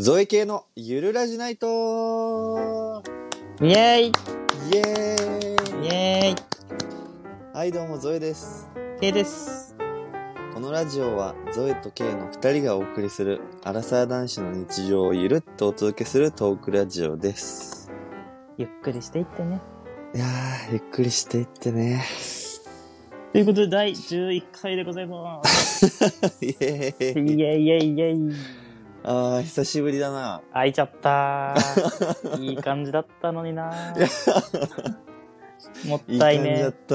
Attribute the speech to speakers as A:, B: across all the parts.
A: ゾエ系のゆるラジナイト
B: イエーイ
A: イエーイ
B: イエーイ
A: はい、どうもゾエです。
B: K です。
A: このラジオはゾエと K の二人がお送りするアラサー男子の日常をゆるっとお届けするトークラジオです。
B: ゆっくりしていってね。
A: いやー、ゆっくりしていって ね。
B: ということで、第11回でございます。
A: イエ
B: イエ
A: ーイ
B: イイエイイエイ。
A: あー、久しぶりだな。
B: 開いちゃ ったー。いい感じだったのになー。もっ
A: いい
B: た
A: 感
B: い
A: じ
B: ね
A: だった。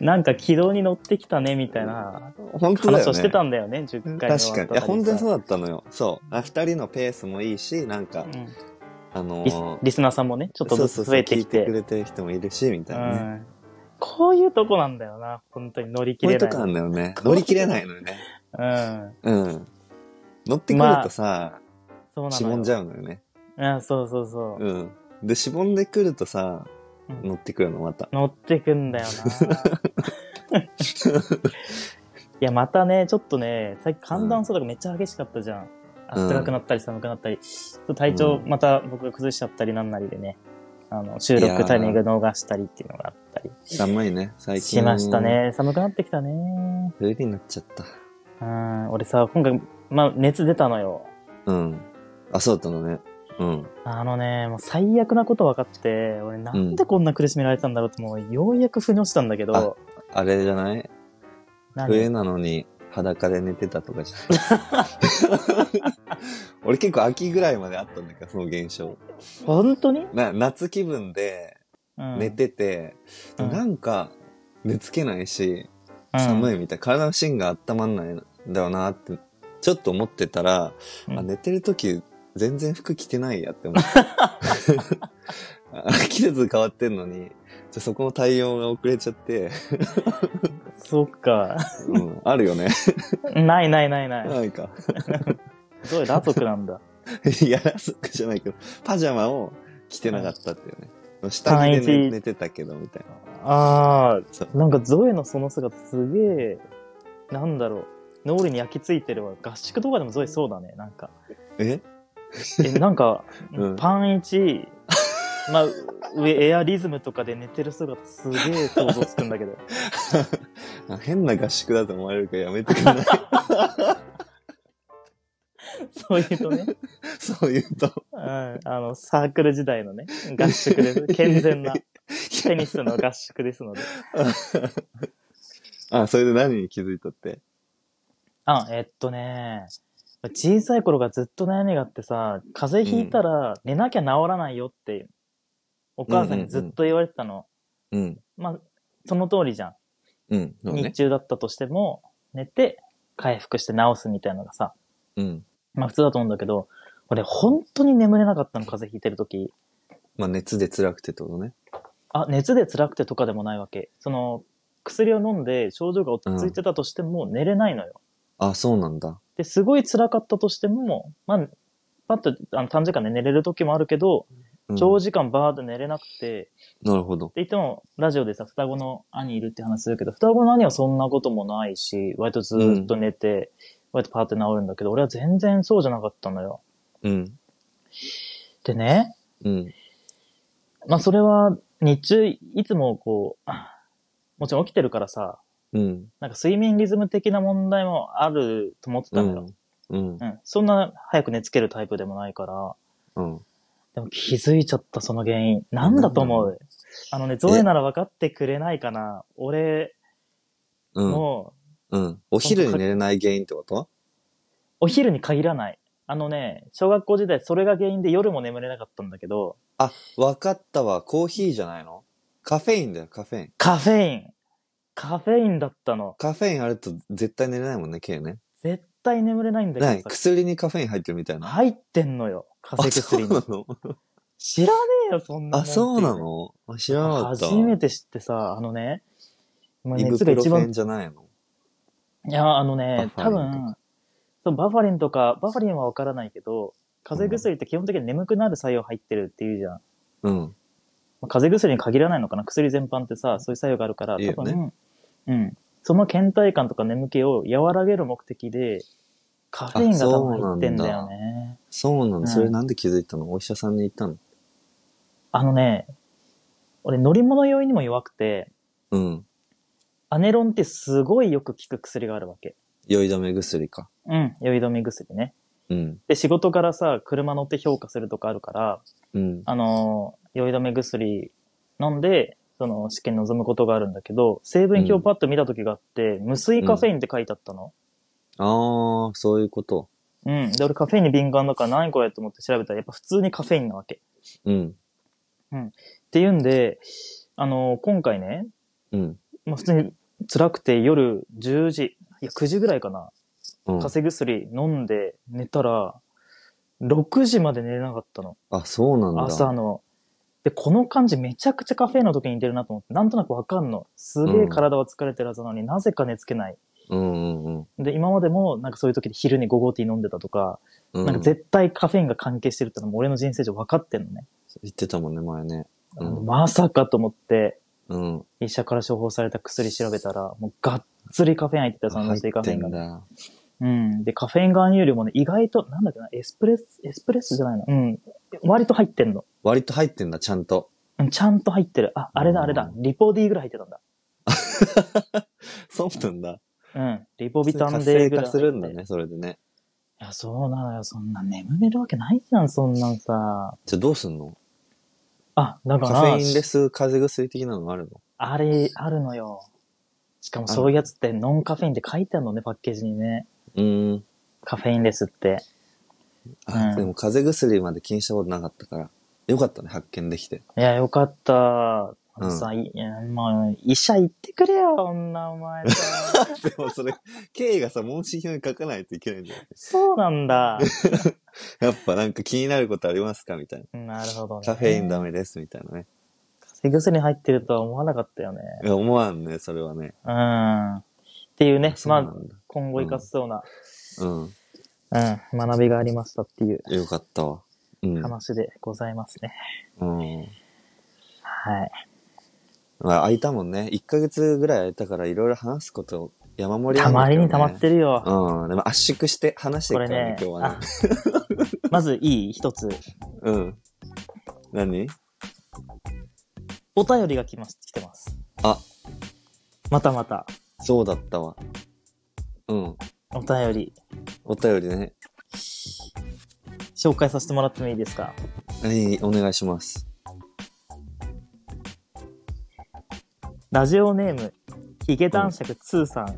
B: なんか軌道に乗ってきたね、みたいな
A: 本当だよね。
B: 話をしてたんだよね、10回の
A: 確かに。いや、本当にそうだったのよ。そう。あ、二人のペースもいいし、なんか、
B: うん
A: あの
B: リス
A: ー、
B: リスナーさんもね、ちょっとずつ増えてきて。
A: そうそうそう聞いてくれてる人もいるし、みたいなね。
B: うんこういうとこなんだよな、本当に乗り切
A: こうい
B: れ
A: うとこな
B: ない。
A: ん だよね。乗り切れないのよね。
B: うん。
A: うん。乗ってくるとさ、
B: そうなのよ。
A: しぼんじゃうのよね。
B: うん、そうそうそう。
A: うん。で、しぼんでくるとさ、
B: うん
A: 乗ってくるの、また。
B: 乗ってくんだよな。 いや、またね、ちょっとね、最近寒暖差とかめっちゃ激しかったじゃん。
A: うん
B: 暖かくなったり寒くなったり、ちょっと体調
A: うん
B: また僕が崩しちゃったりなんなりでね、あの、収録タイミング逃したりっていうのがあったり
A: 寒いね、最近。
B: しました。ね。寒くなってきたね。
A: 冬になっちゃった。
B: うん、俺さ、今回、まあ、熱出たのよ。
A: うん。あ、そうだったのね。うん。
B: あのね、もう最悪なこと分かって、俺なんでこんな苦しめられたんだろうって、もうようやく腑に落ちたんだけど、
A: あれじゃない
B: 何
A: 冬なのに裸で寝てたとかじゃない 俺結構秋ぐらいまであったんだけど、その現象。
B: 本当に、
A: な夏気分で
B: うん
A: 寝、てて、
B: うん
A: なんか寝つけないし、寒
B: い。
A: いみたいな体の芯が温まんないんだよなってちょっと思ってたら、
B: うん
A: あ寝てる時全然服着てないやって思 って季節変わってんのにじゃそこの対応が遅れちゃ って、
B: そうか。
A: うん、あるよね
B: ないないないない。
A: なんか
B: すごい裸族なんだ。
A: いやらそくじゃないけどパジャマを着てなかったっていうね下着で寝
B: 単一
A: 寝てたけどみたいな
B: あ
A: そう
B: あ、なんかゾエのその姿すげえ、なんだろう。脳裏に焼き付いてるわ。合宿とかでもゾエそうだね。なんか。
A: え
B: え、なん か、
A: うん
B: パン一、まあ、上、エアリズムとかで寝てる姿すげえ想像つくんだけ ど。
A: あ変な合宿だと思われるからやめてくれない
B: そういうとね、
A: そういうと
B: うん、あの、サークル時代のね、合宿です。健全 な、テニスの合宿ですので。
A: あそれで何に気づいたって
B: あ、えっとね、小さい頃がずっと悩みがあってさ、風邪ひいたら寝なきゃ治らないよって、お母さんにずっと言われてたの。
A: うん
B: まあ、その通りじゃん。
A: うんそう
B: 日中だったとしても、寝て、回復して治すみたいなのがさ、
A: うん
B: まあ普通だと思うんだけど、俺本当に眠れなかったの、風邪ひいてる時。
A: まあ熱で辛くてってことね
B: あ、熱で辛くてとかでもないわけ。その、薬を飲んで症状が落ち着いてたとしても寝れないのよ。
A: あ、そうなんだ。
B: で、すごい辛かったとしても、まあ、パッとあの短時間で寝れる時もあるけど、
A: うん
B: 長時間バーッと寝れなくて、
A: なるほど。
B: で、いつもラジオでさ、双子の兄いるって話するけど、双子の兄はそんなこともないし、割とずーっと寝て、割とパーって治るんだけど、俺は全然そうじゃなかったのよ。
A: うん。
B: でね、
A: うん。
B: まあそれは日中、いつもこう、あもちろん起きてるからさ、
A: うん。
B: なんか睡眠リズム的な問題もあると思ってたのよ。
A: うん。
B: うん、そんな早く寝つけるタイプでもないから、
A: うん。
B: でも気づいちゃった、その原因。なんだと思うあのね、ゾエなら分かってくれないかな。俺
A: うん。
B: も、
A: うん。お昼に寝れない原因ってこと
B: お昼に限らない。あのね、小学校時代、それが原因で夜も眠れなかったんだけど、
A: あ、わかったわ。コーヒーじゃないのカフェインだよ、カフェイン。
B: カフェインカフェインだったの。
A: カフェインあると絶対寝れないもんね、K ね。
B: 絶対眠れないんだ
A: な
B: け
A: い。
B: どさ。
A: 薬にカフェイン入ってるみたいな。
B: 入ってんのよ、カ
A: あ、
B: セ
A: そ
B: 薬
A: う
B: に
A: な。の
B: 知らねえよ、そんなもん
A: あ、
B: ってい
A: そうなのあ知らなかった。
B: 初めて知ってさ、あのね、まあ
A: イブ
B: 熱が
A: プロ
B: 一
A: フェ
B: 番
A: ンじゃないの
B: いや、あのね、
A: バファリ
B: 多
A: ンとか
B: 分、そうバファリンとか、バファリンはわからないけど、風邪薬って基本的に眠くなる作用入ってるっていうじゃん。ま
A: うん。
B: あ風邪薬に限らないのかな薬全般ってさ、そういう作用があるから、
A: いいよ
B: 多
A: ね
B: 分、うん。その倦怠感とか眠気を和らげる目的で、カフェインが多分入ってんだよね。
A: そうなの
B: うん
A: それなんで気づいたのお医者さんに行ったの
B: あのね、俺乗り物酔いにも弱くて、
A: うん。
B: アネロンってすごいよく効く薬があるわけ。
A: 酔い止め薬か。
B: うん。酔い止め薬ね。
A: うん。
B: で、仕事からさ、車乗って評価するとかあるから、
A: うん。
B: あのー酔い止め薬飲んで、その試験に臨むことがあるんだけど、成分表をパッと見た時があって、無水カフェインって書いてあったの。
A: ああ、そういうこと。
B: うん。で、俺カフェインに敏感だから何これと思って調べたら、やっぱ普通にカフェインなわけ。
A: うん。
B: っていうんで、あのー今回ね、
A: うん。
B: まあ、普通に辛くて夜10時、いや9時ぐらいかな、
A: うん、
B: 風邪薬飲んで寝たら、6時まで寝れなかったの。
A: あ、そうなんだ。
B: 朝の。で、この感じめちゃくちゃカフェインの時に出るなと思って、なんとなくわかんの。すげえ体は疲れてるはずなのに、なぜか寝つけない。
A: うんうん
B: で、今までもなんかそういう時で昼に5号ティー飲んでたとか、
A: うん。
B: なんか絶対カフェインが関係してるってのも俺の人生上分かってんのね。
A: 言ってたもんね、前ね。うん
B: まさかと思って、
A: うん。
B: 医者から処方された薬調べたら、もうがっつりカフェイン入ってた、その無水カフェインが
A: 入っ。てんだ。
B: うん。で、カフェイン含有量もね、意外と、なんだっけな、エスプレッソ、エスプレッソじゃないのうん。割と入ってんの。
A: 割と入ってんだ、ちゃんと。
B: うん、ちゃんと入ってる。あ、あれ
A: う
B: だ、
A: ん
B: あれだ。リポ D ぐらい入ってたんだ。
A: そうなんだ。
B: うん。リポビタン
A: 活
B: D
A: 性
B: ぐらい入って。
A: 化するんだね、それでね。
B: いや、そうなのよ。そんな眠れるわけないじゃん、そんなんさ。
A: じゃあどうすんの
B: あ、だか
A: カ
B: ら、
A: フェインレス風邪薬的なのあるの
B: あれ、あるのよ。しかもそういうやつってノンカフェインって書いてあるのね、パッケージにね。
A: うーん。
B: カフェインレスって。
A: あ、
B: うん
A: でも風邪薬まで気にしたことなかったから。よかったね、発見できて。
B: いや、よかった。あ
A: うん
B: のさ、いいやまあ、医者行ってくれよ、女、お 前さ。
A: でもそれ、経緯がさ、問診票に書かないといけないんだよ。
B: そうなんだ。
A: やっぱなんか気になることありますかみたいな。
B: なるほどね。
A: カフェインダメです、みたいなね。
B: 風邪薬入ってるとは思わなかったよね。
A: いや思わんね、それはね。
B: うん。っていうね、
A: そう
B: ま
A: な
B: あ、
A: んだ。
B: 今後活かせそうな、
A: うん。
B: うん、学びがありましたっていう
A: よかったわ。うん。
B: 話でございますね。
A: うん。
B: はい。
A: まあ、空いたもんね。1ヶ月ぐらい空いたから、いろいろ話すこと山盛りな
B: た
A: んだ
B: ま
A: け
B: り
A: どね
B: にたまってるよ。
A: うん。でも圧縮して話してい
B: こ
A: く
B: れ
A: からね
B: ね、、
A: 今日はね
B: あ。 まずいい一つ。
A: うん。何
B: お便りが来ます、来てます。
A: あ、
B: またまた、
A: そうだったわ。うん。
B: お便り、
A: お便りね。
B: 紹介させてもらってもいいですか
A: はい、お願いします。
B: ラジオネーム、ヒゲ男爵2さん。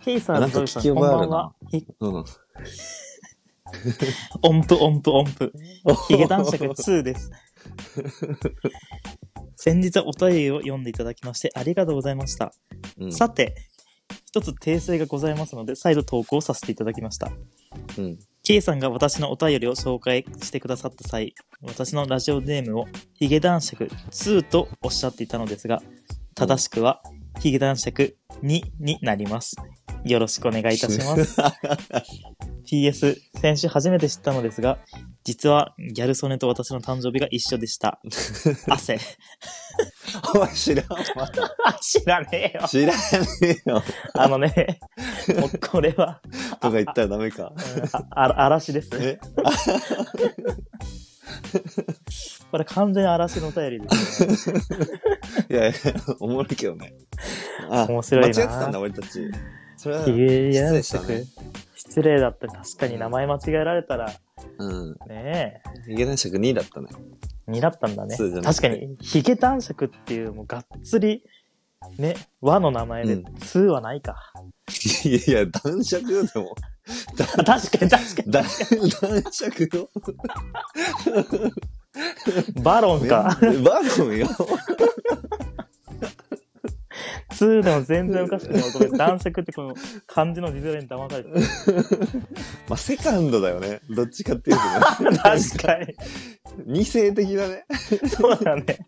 B: ケイさ
A: なん
B: ん、
A: か
B: ゾ
A: 聞
B: イ
A: き
B: さ
A: 覚え
B: ん、こんば
A: ある
B: んは
A: な。うん。
B: 音符音符音符。ヒゲ男爵2です。 先日はお便りを読んでいただきましてありがとうございました。
A: うん。
B: さて、一つ訂正がございますので、再度投稿させていただきました。
A: うん。
B: K さんが私のお便りを紹介してくださった際、私のラジオネームをヒゲ男爵2とおっしゃっていたのですが、正しくはヒゲ男爵2になります。よろしくお願いいたします。PS 先週初めて知ったのですが実はギャル曽根と私の誕生日が一緒でした 汗
A: おい、知らんわ。
B: 知らねえよ
A: 知らねえよ。
B: あの ねもうこれは
A: とか言ったらダメか。
B: うんあ あ嵐です
A: え
B: これ完全に嵐のお便りで すね
A: いやいや、おもろいけどね。あ、
B: 面白いな
A: 間違ってたんだ、俺たち。それは、
B: ヒゲ
A: 失礼
B: 男爵
A: したね。
B: 失礼だった確かに名前間違えられたら
A: うん。
B: ね
A: ヒゲ男爵2位だったね。
B: え2だったんだね
A: そうじゃなく
B: 確
A: て
B: かにヒゲ男爵っていうもうがっつりね和の名前で
A: うん
B: 2はないか、
A: いやいや、男爵でも。
B: あ確かに確か
A: だ男爵の
B: にバロンか
A: バゴンよ。
B: 2でも全然おかしくない。これ男爵ってこの漢字の字面に騙されてる。
A: まあ、セカンドだよね。どっちかっていうとね。
B: 確かに。
A: 二世的だね。
B: そうだね。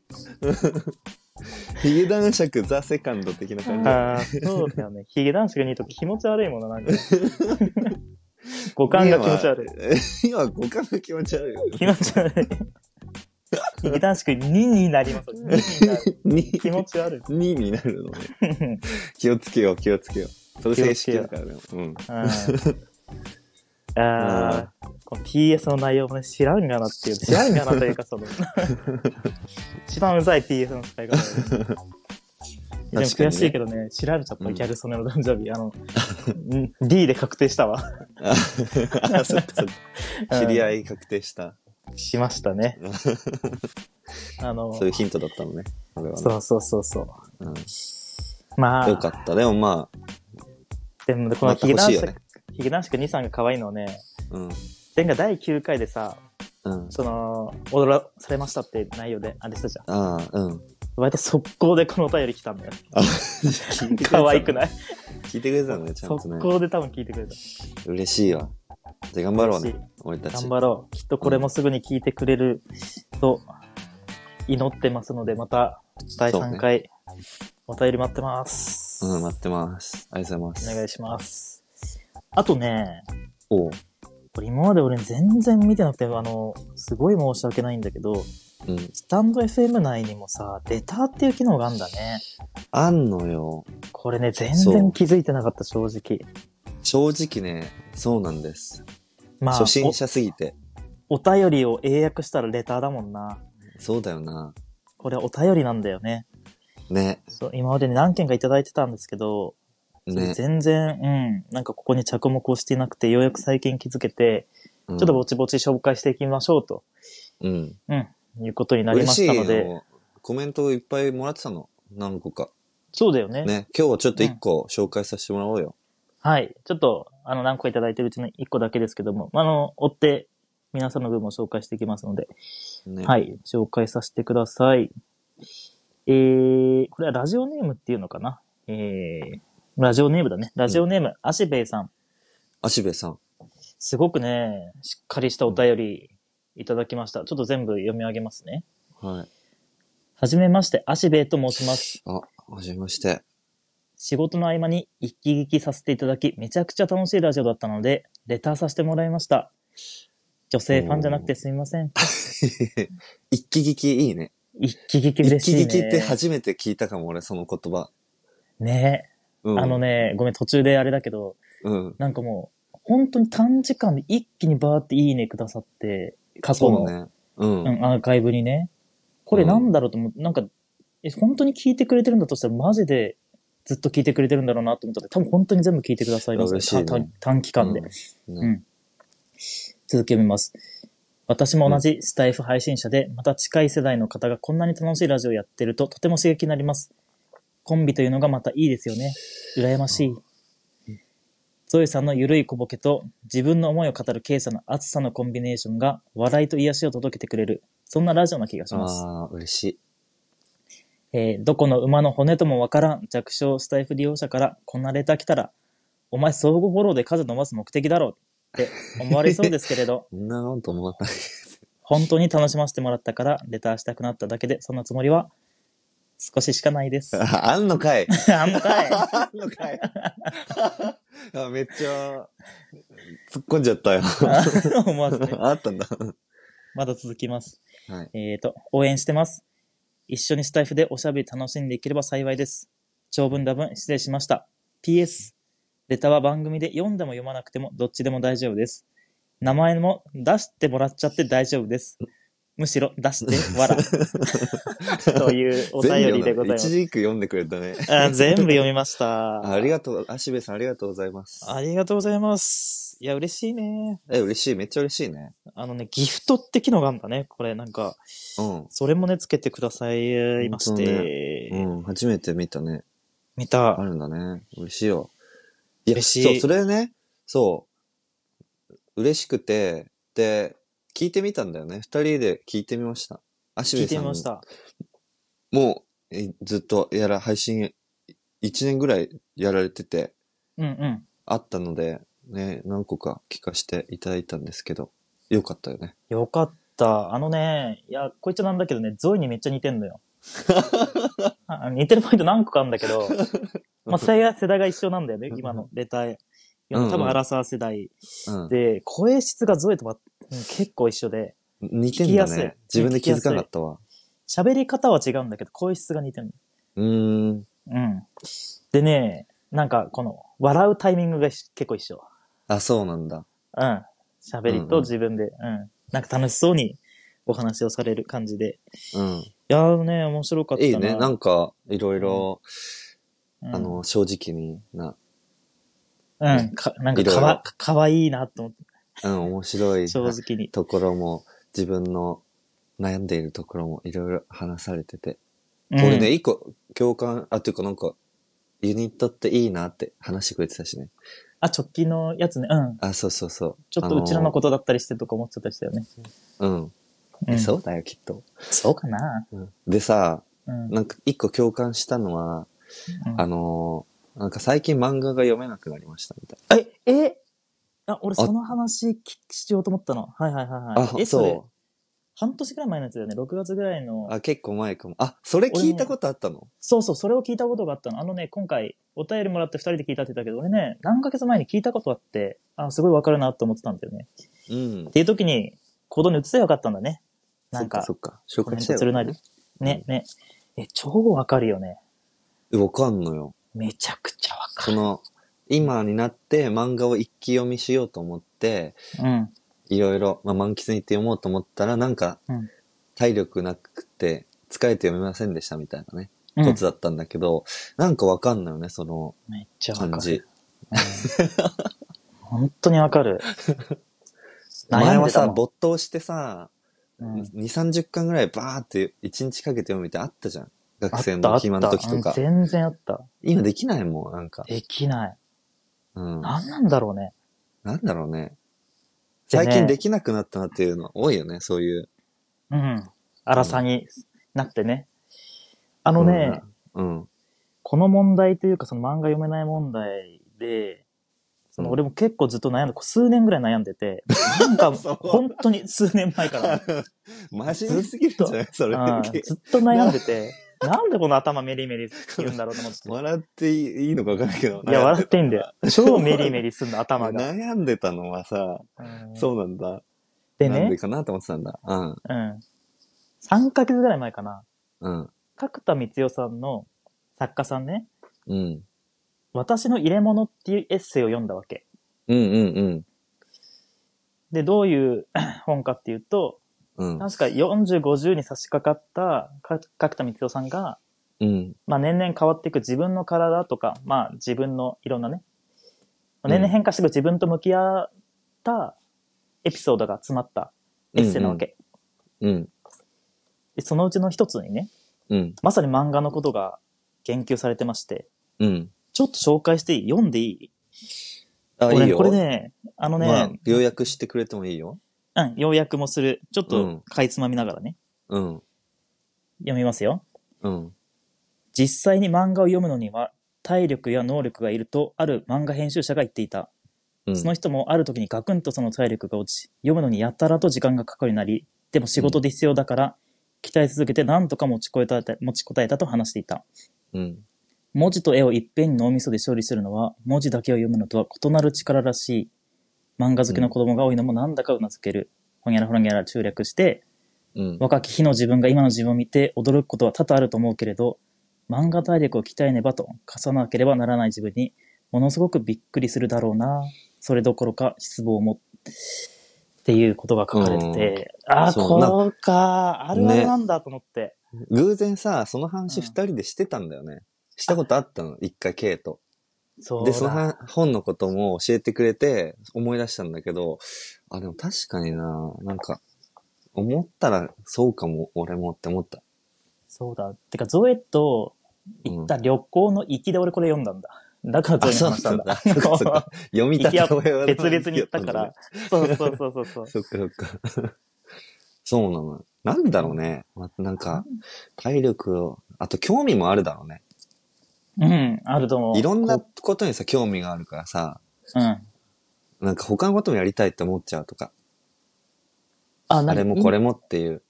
A: ヒゲ男爵ザ・セカンド的な感じ。
B: ああ、そうだよね。ヒゲ男爵にとって気持ち悪いものなんか。 五感が気持ち悪い。
A: い。今、五感が気持ち悪いよ。
B: 気持ち悪い。ヒゲ男爵2になります。2になる。
A: 二
B: 気持ち悪い。
A: 2にな るのね。気をつけよう、気をつけよう。それ正式だからね。うん。
B: うんあーこの PS の内容もね、知らんがなっていう、知らんがなというか、その、一番うざい PS の使い方で。で
A: 確
B: も
A: かにね
B: 悔しいけどね、調べちゃった、
A: うん
B: ギャル曽根の誕生日。あの、うん D で確定したわ。
A: あ、そっかそっか。知り合
B: い。
A: い確定した。
B: しましたね。あの、
A: そういうヒントだったのね。これはね
B: そうそうそうそう。
A: うん
B: まあ、
A: よかった。でもま
B: でもこ
A: あ、
B: の
A: また
B: ヒゲ
A: 欲
B: 男
A: しい
B: 爵、
A: よね。
B: ヒゲ男爵2さんが可愛いのはね、
A: うん。
B: 前回第9回でさ、
A: うん。
B: その、踊らされましたって内容であれしたじゃん。
A: ああ、うん。
B: 割と速攻でこのお便り来たんだよ。
A: 聞いてくれてたの
B: 可愛くない
A: 聞いてくれてたのね、ちゃんと
B: 速
A: ね。
B: 攻で多分聞いてくれた。
A: 嬉しいわ。じゃあ頑張ろうね
B: 嬉しい。
A: 俺たち。
B: 頑張ろう。きっとこれもすぐに聞いてくれると祈ってますので、また第3回、お便り待ってます。
A: うん、待ってます。ありがとうございます。
B: お願いします。あとね、
A: おう。
B: これ今まで俺全然見てなくて、あの、すごい申し訳ないんだけど、
A: うん。
B: スタンド FM 内にもさ、レターっていう機能があるんだね。
A: あんのよ。
B: これね、全
A: そう
B: 然気づいてなかった、正直。
A: 正直ね、そうなんです。
B: まあ
A: 初心者すぎて。
B: お、お便りを英訳したらレターだもんな。
A: そうだよな。
B: これお便りなんだよね。
A: ね。
B: そう今までに何件かいただいてたんですけど、
A: ね。
B: 全然、うん、なんかここに着目をしていなくて、ようやく最近気づけて、
A: ちょ
B: ちょっとぼちぼち紹介していきましょうと、
A: うん。
B: うん、いうことになりま
A: 嬉しい
B: したので、
A: よ。コメントいっぱいもらってたの。何個か。
B: そうだよね
A: ね。今日はちょっと一個紹介させてもらおうよ。
B: はい。ちょっと、あの、何個いただいてるうちの1個だけですけども、あの、追って、皆さんの分も紹介していきますので、
A: ね。。
B: はいい。紹介させてください。えー、これはラジオネームっていうのかなえー、ラジオネームだね。ラジオネーム、アシベイさん。
A: 足部さん。
B: すごくね、しっかりしたお便りいただきました。ちょっと全部読み上げますね。
A: はい。
B: はじめまして、アシベイと申します。
A: あ、はじめまして。
B: 仕事の合間に一気聞きさせていただき、めちゃくちゃ楽しいラジオだったので、レターさせてもらいました。女性ファンじゃなくてすみません。
A: 一気聞きいいね。
B: 一気聞き嬉
A: 一
B: し
A: 気
B: い、ね。
A: 聞きって初めて聞いたかも、俺、その言葉。
B: ね、
A: うん。
B: あの。ね、ごめん、途中であれだけど、
A: うん。
B: なんかもう、本当に短時間で一気にバーっていいねくださって、過去
A: そ
B: の、
A: うね。うん。
B: うん、アーカイブにね。これなんだろうと思って、なんか、え、本当に聞いてくれてるんだとしたら、マジでずっと聞いてくれてるんだろうなと思ったら、多分本当に全部聞いてくださいました
A: 嬉しいね
B: た短短期間で。
A: うん
B: うん続けます。私も同じスタイフ配信者で、また近い世代の方がこんなに楽しいラジオをやってるととても刺激になります。コンビというのがまたいいですよね。羨ましい。ゾエさんのゆるい小ボケと自分の思いを語るケイさんの熱さのコンビネーションが笑いと癒しを届けてくれる。そんなラジオな気がします。
A: ああ、嬉しい。
B: えーどこの馬の骨ともわからん弱小スタイフ利用者からこんなレター来たら、お前相互フォローで数伸ばす目的だろうって思われそうですけれど、
A: そんなのと思わない。
B: 本当に楽しませてもらったからレターしたくなっただけで、そんなつもりは少ししかないです。
A: ああんのかい。
B: あん のかい。
A: あんのかい。あめっちゃ、突っ込んじゃ ったよ。
B: 思わずね。
A: あったんだ。
B: まだ続きます。
A: はい。
B: えっ、と、応援してます。一緒にスタイフでおしゃべり楽しんでいければ幸いです。長文多文失礼しました。PS、レターは番組で読んでも読まなくてもどっちでも大丈夫です。名前も出してもらっちゃって大丈夫です。むしろ出して、わら。 というお便りでございま
A: 一
B: す。
A: 字一句読んでくれたね。
B: あ全部読みました。
A: あありがとう、足部さんありがとうございます。
B: ありがとうございます。いや、嬉しいね。
A: え、嬉しい、めっちゃ嬉しいね。
B: あのね、ギフトって機能があるんだね。これ、なんか、
A: うん。
B: それもね、つけてくださいまして、
A: うん、初めて見たね。
B: 見
A: あ
B: た。
A: るんだね。嬉しいよ。いや、
B: 嬉しい
A: そう、それね、そう。嬉しくて、で、聞いてみたんだよね。二人で聞いてみました。足
B: 聞
A: 部
B: いて
A: さん
B: み
A: も
B: ました。
A: もう、えずっとやら、配信、1年ぐらいやられてて、
B: うんうん。
A: あったので、ね、何個か聞かせていただいたんですけど、よかったよね。
B: よかった。あのね、いや、こいつなんだけどね、ゾイにめっちゃ似てん のよ。あ似てるポイント何個かあるんだ けど、まあ、世代世代が一緒なんだよね、今のレター。
A: うんうん
B: 多分、アラサー世代。
A: うん、
B: で、声質がゾイとばうん結構一緒で、
A: 似てんだ
B: 聞きやすい
A: ね。自分で気づかなかったわ。
B: 喋り方は違うんだけど、声質が似てるの。
A: うーん。
B: うん。でね、なんかこの、笑うタイミングがし結構一緒。
A: あ、そうなんだ。
B: うん。喋り
A: うんう
B: と
A: ん
B: 自分で、うん、なんか楽しそうにお話をされる感じで。
A: うん。
B: いやーね、面白かったな。
A: いいね。なんか、いろいろ、
B: うん
A: あ、の、正直にな、
B: うん、かなんか
A: いろい
B: か
A: ろ
B: わ、かわいいなと思って、
A: うん、面白い
B: 正直 に。
A: ところも、自分の悩んでいるところもいろいろ話されてて。
B: うん
A: 俺ね、一個共感、あ、っていうかなんか、ユニットっていいなって話してくれてたしね。
B: あ、直近のやつね、うん。
A: あ、そうそうそう。
B: ちょっとうちらの
A: 子
B: ことだったりしてとか思っちゃったりしたよね。
A: うん。
B: うん、
A: そうだよ、きっと。
B: そうかな。
A: うんでさ、
B: うん。
A: なんか一個共感したのは、
B: うん
A: あのーなんか最近漫画が読めなくなりましたみたい
B: え、えあ、俺その話きしようと思ったの。はいはいはい
A: な。
B: はい。え、
A: あ、
B: それ
A: そ。
B: 半年くらい前のやつだよね。6月ぐらいうの。
A: あ、結構前かも。あ、それ聞いたことあったの
B: そうそう、それを聞いたことがあったの。あのね、今回、お便りもらって2人で聞いたって言ったけど、俺ね、何ヶ月前に聞いたことあって、あ、すごいわかるなと思ってたんだよね。
A: うん
B: っ。ていう時に、行動に移せばよかったんだね。なんか
A: そ、っか、そっか。紹
B: コメ
A: 介
B: ン
A: した
B: ト
A: よ
B: するなり。ね、ね。え、超わかるよね。
A: えわかんのよ。
B: めちゃくちゃわか
A: その、今になって漫画を一気読みしようと思って、
B: る。うん。
A: いろいろ、まあ、満喫に行って読もうと思ったら、なんか、
B: うん
A: 体力なくて、疲れて読めませんでしたみたいなね、
B: うん
A: ことだったんだけど、なんかわかんのよね、その
B: めっちゃわかる。
A: 感じ。
B: 本当にわかる。
A: 前はさ、
B: ぼ、
A: 没頭してさ、
B: うん
A: 2、30巻ぐらいバーって1日かけて読むってあったじゃん。
B: あ
A: 学
B: っ
A: 生
B: たあ
A: の
B: った
A: 暇の時とか
B: うん。全然あった。
A: 今できないもん、なんか。
B: できない。
A: うん。
B: なんなんだろうね。
A: なんだろうね。
B: でね
A: 最近できなくなったなっていうの多いよね、そういう。
B: うん。荒さになってね。あのね、
A: うん。う ん。
B: この問題というか、その漫画読めない問題で、その俺も結構ずっと悩んで、数年ぐらい悩んでて、なん か
A: そう
B: 本当に数年前 から、
A: 真面目すぎるんじゃないそれ。
B: うんずっと悩んでて、なんでこの頭メリメリするんだろうと思って。
A: 笑っていいのかわかんないけど。
B: いや、笑っていいんだよ。超メリメリすんの、頭が。
A: 悩んでたのはさ、
B: うん
A: そうなんだ。
B: で
A: なんで
B: ね、
A: かなと思ってたんだ。うん。
B: うん。3ヶ月ぐらい前かな、
A: うん。
B: 角田光代さんの作家さんね、
A: うん。
B: 私の入れ物っていうエッセイを読んだわけ。
A: うんうん
B: で、どういう 本かっていうと、
A: うん。うん。
B: 確か40、50に差し掛かったか角田光代さんが、
A: うん。
B: まあ年々変わっていく自分の体とか、まあ自分のいろんなね、
A: うん
B: 年々変化していく自分と向き合ったエピソードが詰まったエッセイなわけ。
A: うん。
B: でそのうちの一つにね、
A: うん。
B: まさに漫画のことが言及されてまして、
A: うん。
B: ちょっと紹介していい読んでいい
A: あ、い
B: 俺
A: いよ。
B: これね、あのね、
A: まあ、要約してくれてもいいよ。
B: うん、要約もする。ちょっ
A: う
B: と
A: ん
B: かいつまみながらね、
A: うん。
B: 読みますよ。
A: うん。
B: 実際に漫画を読むのには体力や能力がいるとある漫画編集者が言っていた、
A: うん。
B: その人もある時にガクンとその体力が落ち読むのにやたらと時間がかかるようになりでも仕事で必要だから、鍛え続けて何とか持ちこえた持ちこたえたと話していた
A: うん。
B: 文字と絵をいっぺんに脳みそで処理するのは文字だけを読むのとは異なる力らしい漫画好きの子供が多いのもなんだかうなずける、ほにゃらほにゃら中略して
A: うん。
B: 若き日の自分が今の自分を見て驚くことは多々あると思うけれど漫画体力を鍛えねばと貸さなければならない自分にものすごくびっくりするだろうなそれどころか失望もっていうことが書かれてて、ああ
A: そうな
B: こうかあるあるなんだと思って、
A: 偶然さ、その話
B: うん
A: 二人でしてたんだよね。したことあったの、一回、ケイと。
B: そう
A: で、その
B: だ
A: は本のことも教えてくれて、思い出したんだけど、あ、でも確かにな、なんか、思ったらそうかも、俺もって思った。
B: そうだてかゾエと行った旅行の行きで俺これ読んだんだ、だからゾエに話したんだ
A: あそう なんだそっかそっ か読み
B: 行
A: た
B: き
A: て
B: は
A: 俺は
B: 別々に行っ たから。そうそうそうそうそう
A: そっかそっか。 そうなの。なんだろうね。まなんか、体力を、あと興味もあるだろうね。
B: うんあると思う
A: い
B: い
A: ろんなことにさ、興味があるからさ、
B: うん
A: なんか他のこともやりたいって思っちゃうとか、
B: あ
A: あ
B: な
A: れ
B: んか
A: もこれもっていう、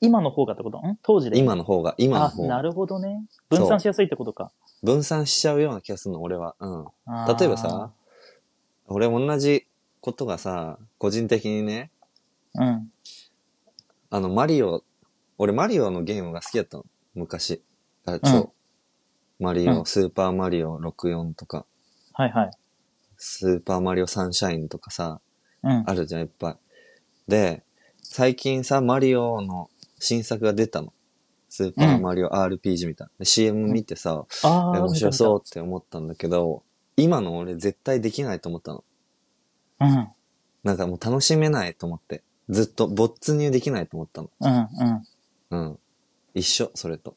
B: 今の方がってことん当時で
A: 今の方が、今の方
B: あ、な
A: が、
B: るほどね。分散しやすいってことか。
A: 分散しちゃうような気がするの、俺は。うん。
B: あー
A: 例えばさ、、俺同じことがさ、個人的にね、
B: うん。
A: あの、マリオ、俺マリオのゲームが好きだったの、昔。あ、そう。マリオ、
B: うん
A: スーパーマリオ64とか、
B: はいはい。
A: スーパーマリオサンシャインとかさ、
B: うん。
A: あるじゃん、いっぱい。で、最近さ、マリオの新作が出たの。スーパーマリオ RPG みたいな。で CM 見てさ、
B: あ
A: え
B: あ、
A: 面白そうって思ったんだけど、今の俺絶対できないと思ったの。
B: う。うん。
A: なんかもう楽しめないと思って。ずっと没入できないと思ったの。
B: うん。うん。
A: うん。一緒、それと。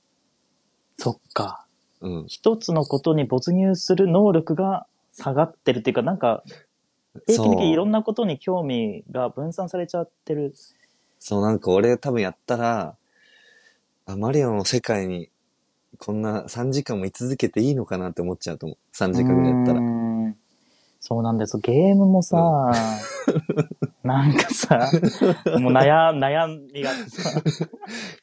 B: そっか。
A: うん。
B: 一つのことに没入する能力が下がってるっていうか、なんか、定期的にいろんなことに興味が分散されちゃってる。
A: そう、なんか俺多分やったら、あ、マリオの世界にこんな3時間も居続けていいのかなって思っちゃうと思う。3時間ぐらいやったら
B: う。ーんそうなんです。ゲームもさ、なんかさ、もう悩、悩みがあってさ、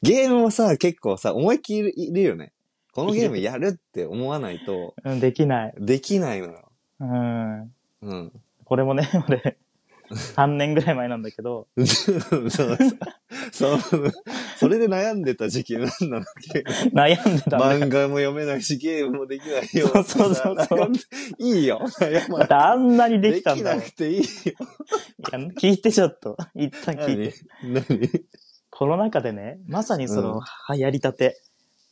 A: ゲームもさ、結構さ、思いっきりいるよね。このゲームやるって思わないと、
B: うん、できない。
A: できないのよ。
B: うん。
A: うん。
B: これもね、 俺、3年ぐらい前なんだけど、
A: そうそうそう。それで悩んでた時期なんだなって。
B: 悩んでたんだよ
A: 漫画も読めないし、ゲームもできないよ。
B: そうそうそうそ う
A: なんかいいよ。悩まな
B: だっ
A: い
B: てあんなにで
A: で
B: きたん
A: き
B: だ
A: な
B: もん。
A: く
B: い
A: ていいよ。
B: や聞いてちょっと。一旦聞い
A: 何
B: て。
A: 何
B: コロナ禍でね、まさにその、
A: うん
B: 流行りたて。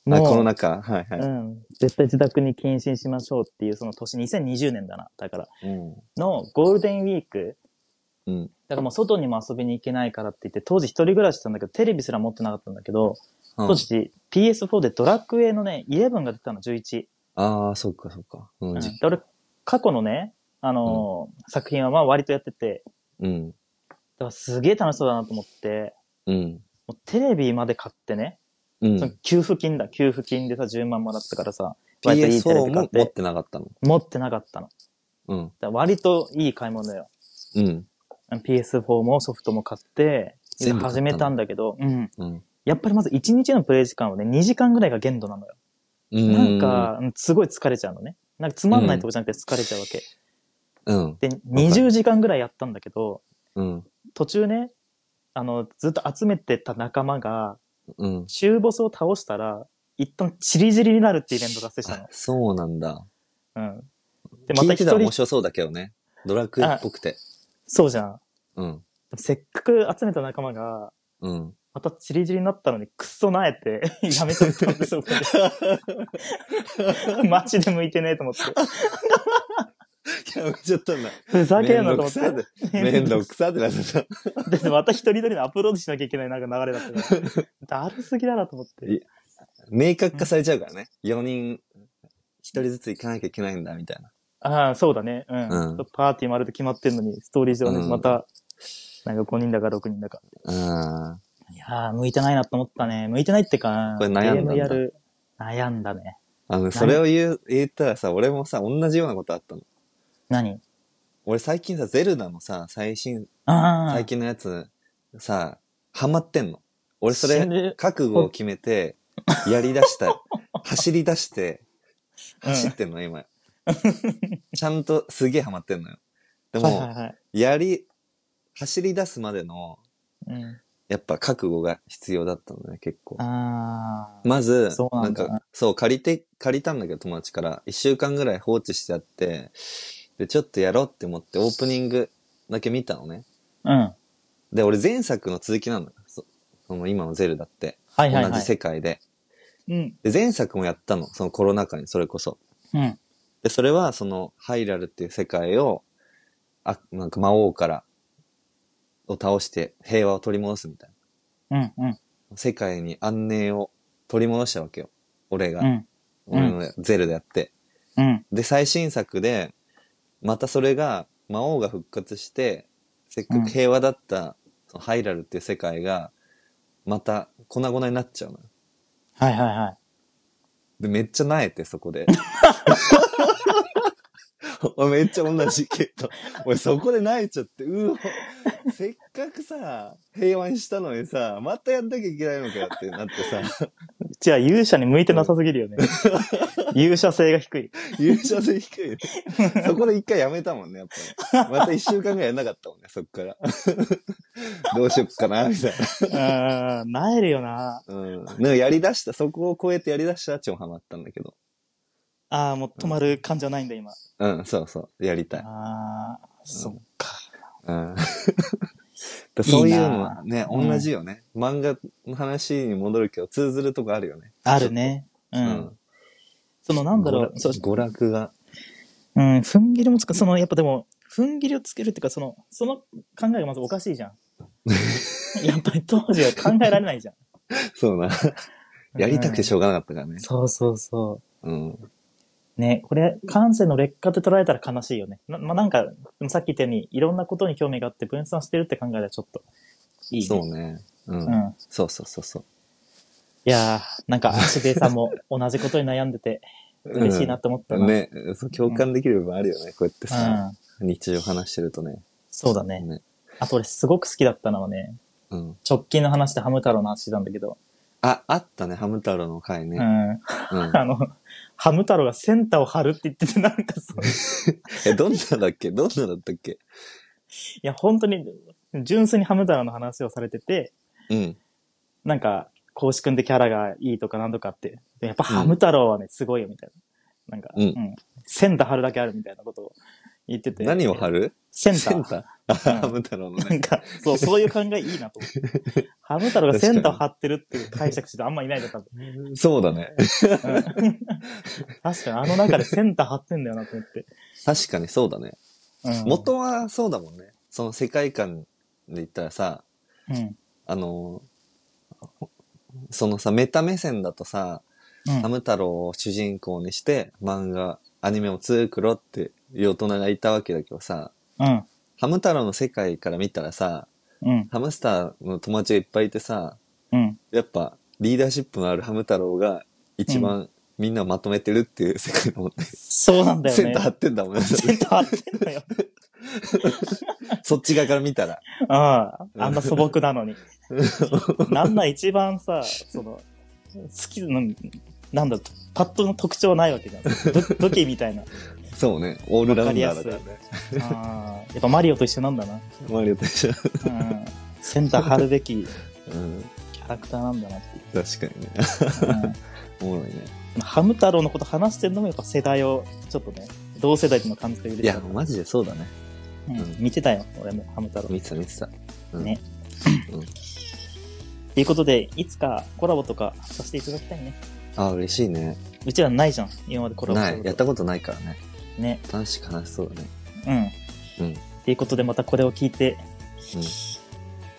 A: あ、
B: もう
A: この中はいは
B: う
A: い。
B: ん。絶対自宅に謹慎しましょうっていう、その年2020年だな。だから、
A: うん。
B: のゴールデンウィーク。
A: うん。
B: だからもう外にも遊びに行けないからって言って、当時一人暮らししたんだけど、テレビすら持ってなかったんだけど、当時 PS4 でドラクエのね、11が出たの、11。
A: ああ、そっかそっか。う。
B: うんん、
A: じ
B: で俺、過去のね、あのー作品はまあ割とやってて、
A: うん。
B: だからすげえ楽しそうだなと思って、
A: うん。
B: もうテレビまで買ってね、
A: う
B: その
A: ん。
B: 給付金だ、給付金でさ、10万もらったからさ、割といいテレ
A: PS4
B: ビ買っ、
A: も持っててなかったの。
B: 持ってなかったの。だか
A: うん。
B: ら割といい買い物よ。
A: うん。
B: PS4 もソフトも買って、
A: 全部買った
B: 始
A: の
B: めたんだけど、うん。
A: うん。
B: やっぱりまず1日のプレイ時間はね、2時間ぐらいが限度なのよ。なんか、うんすごい疲れちゃうのね。なんかつまんないとこじゃなくて疲れちゃうわけ。
A: うん、
B: で、20時間ぐらいやったんだけど、
A: うん、
B: 途中ね、あの、ずっと集めてた仲間が、
A: うん。
B: 中ボスを倒したら、一旦チリジリになるっていうイベントが発生した
A: あ
B: の、。
A: そうなんだ。
B: うん。で、ま
A: 聞
B: た
A: いて
B: 一
A: たら面
B: 人、
A: 白そうだけどね。ドラクエっぽくて。
B: そうじゃん。
A: うん、
B: せっかく集めた仲間が、
A: うん。
B: またチリジリになったのにクッソなえて、 やめちゃったんですよ、僕 マジで向いてねえと思って。
A: やめちゃったんだ。
B: ふざけん
A: めん
B: なと
A: ど
B: 思
A: く
B: って
A: さ。で。 めんどくさってなっちゃった。
B: で、また一人一人のアップロードしなきゃいけないなんか流れだったから。だるすぎだなと思って。
A: い 明確化されちゃうからね。4人、1人ずつ行かなきゃいけないんだ、みたいな。
B: ああ、そうだね。うん。
A: うん
B: パーティーもあると決まってんのに、ストーリー上ね、
A: うん
B: また、なんか5人だか6人だか。
A: あ
B: いやー、向いてないなと思ったね。向いてないってか、
A: これ悩んだんだ
B: ゲームやる。悩んだね。
A: あの、それを言う、言ったらさ、俺もさ、同じようなことあったの。
B: 何
A: 俺最近さ、ゼルダのさ、最新、
B: ああ。
A: 最近のやつ、さ、ハマってんの。俺そ
B: 死
A: れ、
B: ぬ
A: 覚悟を決めて、やり出 した。走り出して、走ってんの、今。ちゃんとすげえハマってんのよ。で
B: はいはい
A: も、
B: はい。
A: やり、走り出すまでの、
B: うん。
A: やっぱ覚悟が必要だったのね、結構。
B: ああ。
A: まず、
B: そう
A: な
B: なんんだ
A: か、そう、借りて、借りたんだけど友達から、一週間ぐらい放置してあって、で、ちょっとやろうって思って、オープニングだけ見たのね。
B: うん。は
A: で、俺前作の続きなのよ。そその今のゼルダって。
B: いはい
A: 同
B: は
A: じ
B: い。
A: 世界で。
B: うん。
A: で、前作もやったの。そのコロナ禍に、それこそ。
B: うん。
A: で、それは、その、ハイラルっていう世界を、あ、なんか魔王から、を倒して平和を取り戻すみたい
B: うん。うん。
A: な。世界に安寧を取り戻したわけよ。俺が。
B: うん。
A: 俺のゼルでやって。
B: うん。
A: で、最新作で、またそれが、魔王が復活して、せっかく平和だった、そのハイラルっていう世界が、また粉々になっちゃうのよ。
B: はいはいはい。
A: で、めっちゃ萎えて、そこ で。俺めっちゃ同じけど、俺そこで萎えちゃって、うお、せっかくさ、平和にしたのにさ、またやんなきゃいけないのかよってなってさ、
B: じゃあ勇者に向いてなさすぎるよ ね。勇者性が低い。
A: 優勝性低い ね。そこで一回やめたもんね、やっぱり。また一週間ぐらいやんなかったもんね、そっから。 どうしよっかな、みたいな。
B: うん。なえるよな。
A: うん。なんかやりだした、そこを超えてやりだしたら超ハマったんだけど。
B: ああ、もう止まる感じはないんだ、今。
A: うん、そうそう、やりたい。
B: ああ、そっか。
A: うん。そういうのはね、
B: うん
A: 同じよね。漫画の話に戻るけど、通ずるとこあるよね。
B: あるね。う。。
A: うん
B: そのなんだろう、そう、
A: 娯楽が。
B: うん、踏ん切りもつか、その、やっぱでも、踏ん切りをつけるっていうか、その、その考えがまずおかし いじゃん。やっぱり当時は考えられないじゃん。
A: そうな。やりたくてしょ
B: ょ。
A: うがなかったからね。
B: そうそうそ
A: うん。
B: う。ね、これ、感性の劣化って捉えたら悲しいよね。な、まあ、なんか、でもさっき言ったように、いろんなことに興味があって分散してるって考えたらちょっと、いい、ね。
A: そうね。う。
B: うんん。
A: そうそうそうそう。
B: いやー、なんか、しべさんも同じことに悩んでて、嬉しいなって思ったな。
A: ね、そう共感できる部分あるよね、こうやって
B: う
A: さ、
B: ん。
A: 日常話してるとね。
B: そうだね。
A: ね。
B: あと俺、すごく好きだったのはね、
A: うん。
B: 直近の話でハム太郎の話してたんだけど、
A: あ、あったね、ハム太郎の回
B: う
A: ね。
B: ん。
A: う ん。
B: あの、ハム太郎がセンターを張るって言ってて、なんかそう、い
A: え、どんなだっけどんなだったっけ
B: や、本当に、純粋にハム太郎の話をされてて、
A: うん。
B: なんか、公式君ってキャラがいいとかなんとかって、でやっぱハム太郎はね、すごいよ、みたいな。なんか、
A: うん
B: センター張るだけあるみたいなことを言ってて。
A: 何を貼る
B: センター。
A: あ、
B: うん
A: ハム太郎の
B: な
A: ね。
B: んか、そう、そういう考えいい なと思って。ハム太郎がセンターを張ってるっていう解釈してあんまいないじゃん、多分。
A: そうだね。
B: うん 確かに、あの中でセンター張ってんだよなと思って。
A: 確かにそうだね。
B: うん、
A: 元はそうだもんね。その世界観で言ったらさ、
B: うん。うん。
A: あのーそのさ、メタ目線だとさ、ハム太郎を主人公にして漫画、アニメを作ろうっていう大人がいたわけだけどさ、
B: うん。
A: ハム太郎の世界から見たらさ、
B: うん。
A: ハムスターの友達がいっぱいいてさ、
B: うん。
A: やっぱリーダーシップのあるハム太郎が一番みんなをまとめてるっていう世界だもんね。
B: そうなんだよね。
A: センター張ってんだもんね。
B: センター張ってんの よ。
A: そっち側から見たら。
B: ああ、あんな素朴なのに。なんなら一番さ、その、好きな、なんだ、パッとの特徴はないわけ じゃん。ドドキみたいな。
A: そうね。オールラウンダーだからね。
B: ああ、やっぱマリオと一緒なんだな。
A: マリオと一緒。
B: うん。センター張るべき
A: うん。
B: キャラクターなんだなっていう
A: 確かにね。 おもろいね。
B: うん。ハム太郎のこと話してるのもやっぱ世代を、ちょっとね、同世代との感じが嬉
A: い
B: しい
A: や、マジでそうだね。
B: うん。見てたよ、俺も、ハム太郎。
A: 見てた見てた。うん
B: ね
A: うん
B: ということで、いつかコラボとかさせていただきたいね。
A: あ、嬉しいね。
B: うちらないじゃん、今までコラボし
A: な
B: た
A: い。
B: こと
A: やったことないからね。
B: ね。
A: 楽しく話しそうだね。
B: うん。
A: うん。
B: ということで、またこれを聞いて、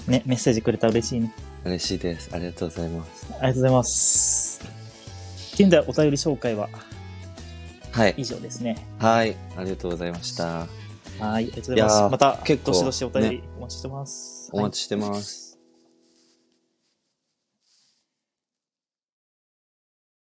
B: ね、メッセージくれたら嬉しいね。
A: うん。嬉しいです。ありがとうございます
B: あ。りがとうございます。現在お便り紹介は
A: はい。
B: 以上ですね。
A: はい。ありがとうございました。
B: はい、ありがとうございま
A: いや
B: す。
A: ー
B: また、
A: 結構
B: どしどしお便り
A: ね
B: お待ちしてます。
A: お待ちしてます。